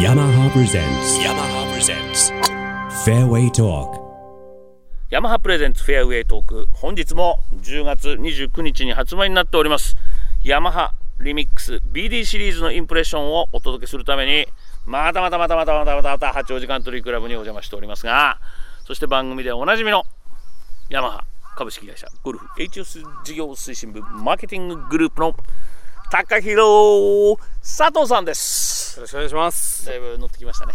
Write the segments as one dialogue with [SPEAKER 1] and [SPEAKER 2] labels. [SPEAKER 1] yamaha presents yamaha presents fairway talk
[SPEAKER 2] ヤマハプレゼンツフェアウェイトーク本日も10月29日に発売になっておりますヤマハリミックス BD シリーズのインプレッションをお届けするためにまたまたまたまたまたまたまた八王子カントリークラブにお邪魔しておりますがそして番組ではおなじみのヤマハ株式会社ゴルフ HS 事業推進部マーケティンググループの高弘佐藤さんです
[SPEAKER 3] よろしくお願いします。
[SPEAKER 2] だいぶ乗ってきましたね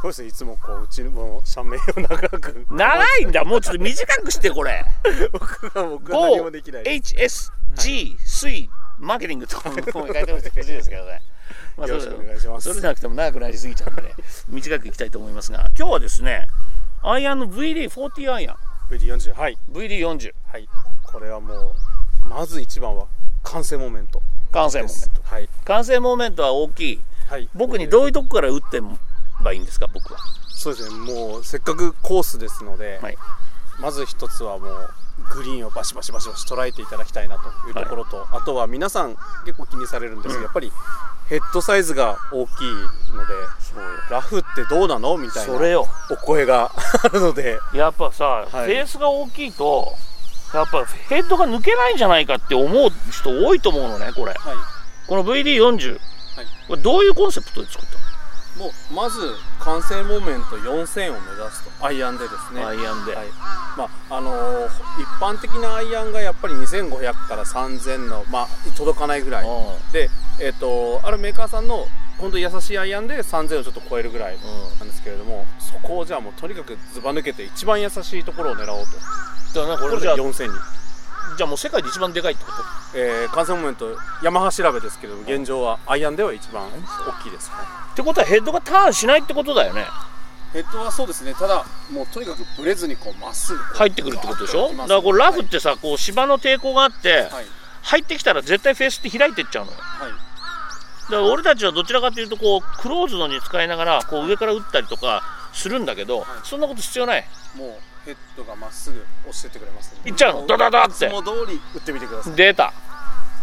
[SPEAKER 3] そうですね、いつもこう、うちの社名を長く、
[SPEAKER 2] 長いんだもうちょっと短くしてこれ
[SPEAKER 3] 僕は僕は何もできない。
[SPEAKER 2] HSG 水マーケティングとかも書いてほしいですけどね。まあ
[SPEAKER 3] よろしくお願いします
[SPEAKER 2] それじゃなくても長くなりすぎちゃうんでね、短くいきたいと思いますが、今日はですね、アイアンの VD40 アイアン、
[SPEAKER 3] VD40、はい。
[SPEAKER 2] VD40、
[SPEAKER 3] はい。これはもう、まず一番は、完成モーメント
[SPEAKER 2] 完成モ
[SPEAKER 3] で
[SPEAKER 2] ーメ
[SPEAKER 3] す。
[SPEAKER 2] ント。
[SPEAKER 3] はい。
[SPEAKER 2] 完成モーメントは大きい。
[SPEAKER 3] はい。
[SPEAKER 2] 僕にどういうとこから打ってもばいいんですか、僕は。
[SPEAKER 3] そうですね、もう、せっかくコースですので、
[SPEAKER 2] はい。
[SPEAKER 3] まず一つはもう、グリーンをバシバシバシバシ捉えていただきたいなというところと、あとは皆さん結構気にされるんですけど、やっぱりヘッドサイズが大きいのでラフってどうなのみたいな
[SPEAKER 2] それよ。
[SPEAKER 3] お声があるので
[SPEAKER 2] やっぱさ、
[SPEAKER 3] はい
[SPEAKER 2] ベースが大きいと、やっぱヘッドが抜けないんじゃないかって思う人多いと思うのね、これ。
[SPEAKER 3] はい、
[SPEAKER 2] この VD40、
[SPEAKER 3] はい
[SPEAKER 2] これどういうコンセプトで作った
[SPEAKER 3] もうまず完成モーメント4000を目指すとアイアンでですね、
[SPEAKER 2] の、アイアンで、
[SPEAKER 3] はいまああのー一般的なアイアンがやっぱり2500から3000の、まあ、届かないぐらい
[SPEAKER 2] うん
[SPEAKER 3] で、えっとあるメーカーさんの本当に優しいアイアンで3000をちょっと超えるぐらいなんですけれども、そこをじゃあもうとにかくずば抜けて一番優しいところを狙おうと
[SPEAKER 2] だからねこ
[SPEAKER 3] こ
[SPEAKER 2] れ
[SPEAKER 3] れ
[SPEAKER 2] じ
[SPEAKER 3] で
[SPEAKER 2] ゃあ
[SPEAKER 3] 4000に、
[SPEAKER 2] じゃあもう世界で一番でかいってこと
[SPEAKER 3] えー、完成モーメントヤマハ調べですけど現状はアイアンでは一番大きいです、はい
[SPEAKER 2] ってことはヘッドがターンしないってことだよね
[SPEAKER 3] ヘッドはそうですね、ただ、もうとにかくぶれずにこうまっすぐ
[SPEAKER 2] 入ってくるってことでしょ、だからこれラフってさこう芝の抵抗があって、
[SPEAKER 3] はい、
[SPEAKER 2] 入ってきたら絶対フェースって開いてっちゃうのよだか
[SPEAKER 3] はい、
[SPEAKER 2] ら俺たちはどちらかというとこうクローズドに使いながらこう上から打ったりとかするんだけど、そんなこと必要ない
[SPEAKER 3] もうヘッドがまっすぐ押してってくれますね。
[SPEAKER 2] いっちゃうのダダダって
[SPEAKER 3] いつも通り打ってみてください。
[SPEAKER 2] 出た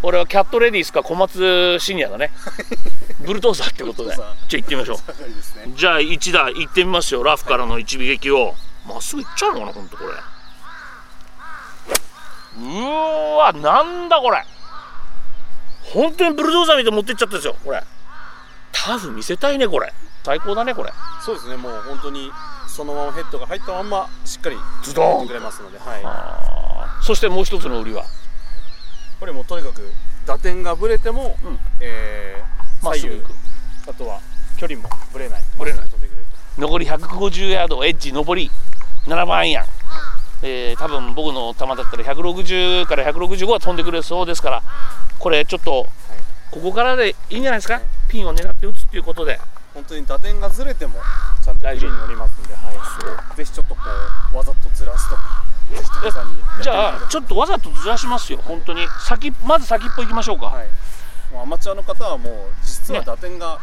[SPEAKER 2] これはキャットレディースか小松シニアだ ねブルドーザーってことでじ
[SPEAKER 3] ブルド
[SPEAKER 2] ゃ
[SPEAKER 3] ー
[SPEAKER 2] あ行ってみましょう
[SPEAKER 3] わかりで すね。
[SPEAKER 2] じゃあ一打行ってみますよラフからの一撃をまっすぐ行っちゃうのかなほんとこれうーわなんだこれ本当にブルドーザー見て持ってっちゃったんですよこれタフ見せたいねこれ最高だねこれ
[SPEAKER 3] そうですね、もう本当にそのままヘッドが入ったまんましっかり
[SPEAKER 2] ズドーン
[SPEAKER 3] 打ってくれますので、はい、
[SPEAKER 2] あーそしてもう一つの売りは
[SPEAKER 3] これもうとにかく打点がぶれても、
[SPEAKER 2] うん
[SPEAKER 3] えー
[SPEAKER 2] まっすぐ行く
[SPEAKER 3] あとは距離もぶれない、
[SPEAKER 2] ぶれない
[SPEAKER 3] まっすぐ飛んでくれる
[SPEAKER 2] 残り150ヤードエッジ上り7番アイアン、えー、多分僕の球だったら160から165は飛んでくれそうですからこれちょっと
[SPEAKER 3] と、はい、
[SPEAKER 2] ここからでいいんじゃないですかピンを狙って打つということで
[SPEAKER 3] 本当に打点がずれてもちゃんとグリーンに乗りますんで、はい、ぜひちょっとこうわざとずらすとかぜひ皆さんに
[SPEAKER 2] じゃあちょっとわざとずらしますよ本当に先まず先っぽ行きましょうか、
[SPEAKER 3] はい、もうアマチュアの方はもう実は
[SPEAKER 2] ね
[SPEAKER 3] 打点が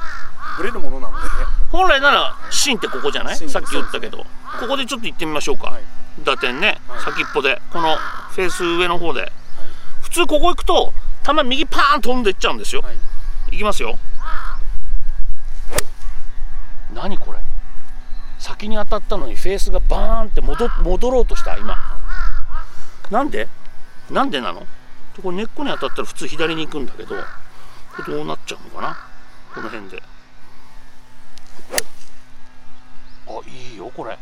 [SPEAKER 3] ぶれるものなので、
[SPEAKER 2] 本来なら芯ってここじゃない
[SPEAKER 3] 芯
[SPEAKER 2] さっき言ったけど、
[SPEAKER 3] はい
[SPEAKER 2] ここでちょっと行ってみましょうか、
[SPEAKER 3] はい
[SPEAKER 2] 打点ね、
[SPEAKER 3] はい
[SPEAKER 2] 先っぽでこのフェース上の方で、普通ここ行くと球右パーン飛んでっちゃうんですよ、
[SPEAKER 3] はい、
[SPEAKER 2] いきますよ何これ先に当たったのにフェースがバーンって戻戻ろうとした今なんでなんでなのこれ根っこに当たったら普通左に行くんだけどこれどうなっちゃうのかなこの辺であいいよこれ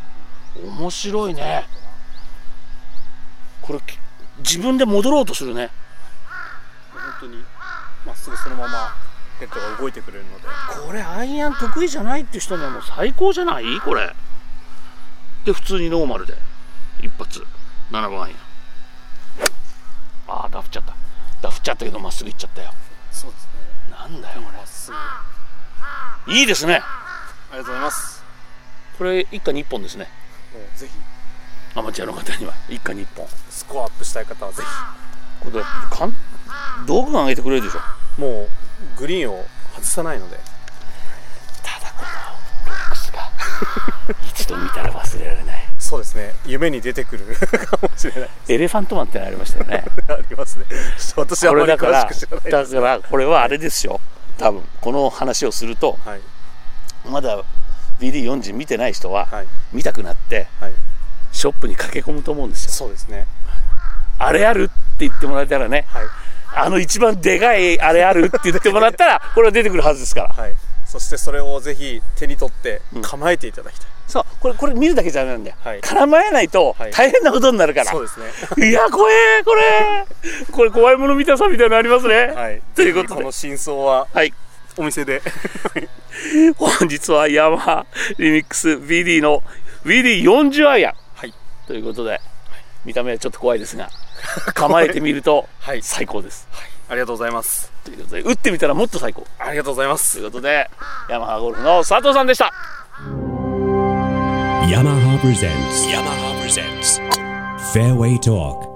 [SPEAKER 2] 面白いねこれき自分で戻ろうとするね
[SPEAKER 3] もう本当にまっすぐそのままヘッドが動いてくれるので、
[SPEAKER 2] これアイアン得意じゃないって人にはもう最高じゃないこれで普通にノーマルで一発7番アイアンああダフっちゃったダフっちゃったけどまっすぐ行っちゃったよ
[SPEAKER 3] そうですね、
[SPEAKER 2] なんだよ
[SPEAKER 3] まっすぐ、あ
[SPEAKER 2] これいいですね
[SPEAKER 3] りがとうございます。
[SPEAKER 2] これ一家に一本ですね
[SPEAKER 3] もうぜひ
[SPEAKER 2] アマチュアの方には一家に一本
[SPEAKER 3] スコアアップしたい方はぜ
[SPEAKER 2] これかん道具が上げてくれるでしょ
[SPEAKER 3] ひ、もうグリーンを外さないので、
[SPEAKER 2] ただこのロックスが 一度見たら忘れられない
[SPEAKER 3] そうですね、夢に出てくる かもしれない。
[SPEAKER 2] エレファントマンってのありましたよね
[SPEAKER 3] ありますね。ちょっと私あ
[SPEAKER 2] こ
[SPEAKER 3] んま
[SPEAKER 2] れだ
[SPEAKER 3] り
[SPEAKER 2] か
[SPEAKER 3] 詳
[SPEAKER 2] ら
[SPEAKER 3] しく知らない。
[SPEAKER 2] だからこれはあれですよ多分この話をすると
[SPEAKER 3] はい。
[SPEAKER 2] まだ BD40 見てない人は、
[SPEAKER 3] はい
[SPEAKER 2] 見たくなって
[SPEAKER 3] はい
[SPEAKER 2] ショップに駆け込むと思うんですよ
[SPEAKER 3] そうですね
[SPEAKER 2] あれあるって言ってもらえたらね
[SPEAKER 3] はい
[SPEAKER 2] あの一番でかいあれあるって言ってもらったらこれは出てくるはずですから、
[SPEAKER 3] はいそしてそれをぜひ手に取って構えていただきたい、
[SPEAKER 2] そうこれこれ見るだけじゃないんだよ、
[SPEAKER 3] はい
[SPEAKER 2] 絡まえないと
[SPEAKER 3] はい
[SPEAKER 2] 大変なことになるから、
[SPEAKER 3] そうですね
[SPEAKER 2] いや怖えこれこれ怖いもの見たさみたいなのありますね、
[SPEAKER 3] はい
[SPEAKER 2] ということ
[SPEAKER 3] こ
[SPEAKER 2] で
[SPEAKER 3] の真相は
[SPEAKER 2] はい
[SPEAKER 3] お店で
[SPEAKER 2] 本日はヤマハリミックス BD の BD40 アイアン
[SPEAKER 3] はい
[SPEAKER 2] ということで見た目はちょっと怖いですが構えてみると
[SPEAKER 3] はい
[SPEAKER 2] 最高です、
[SPEAKER 3] ありがとうございます
[SPEAKER 2] ということで打ってみたらもっと最高
[SPEAKER 3] ありがとうございま
[SPEAKER 2] と
[SPEAKER 3] す
[SPEAKER 2] いうことでヤマハゴルフの佐藤さんでした
[SPEAKER 1] yamaha presents yamaha presents fairway talk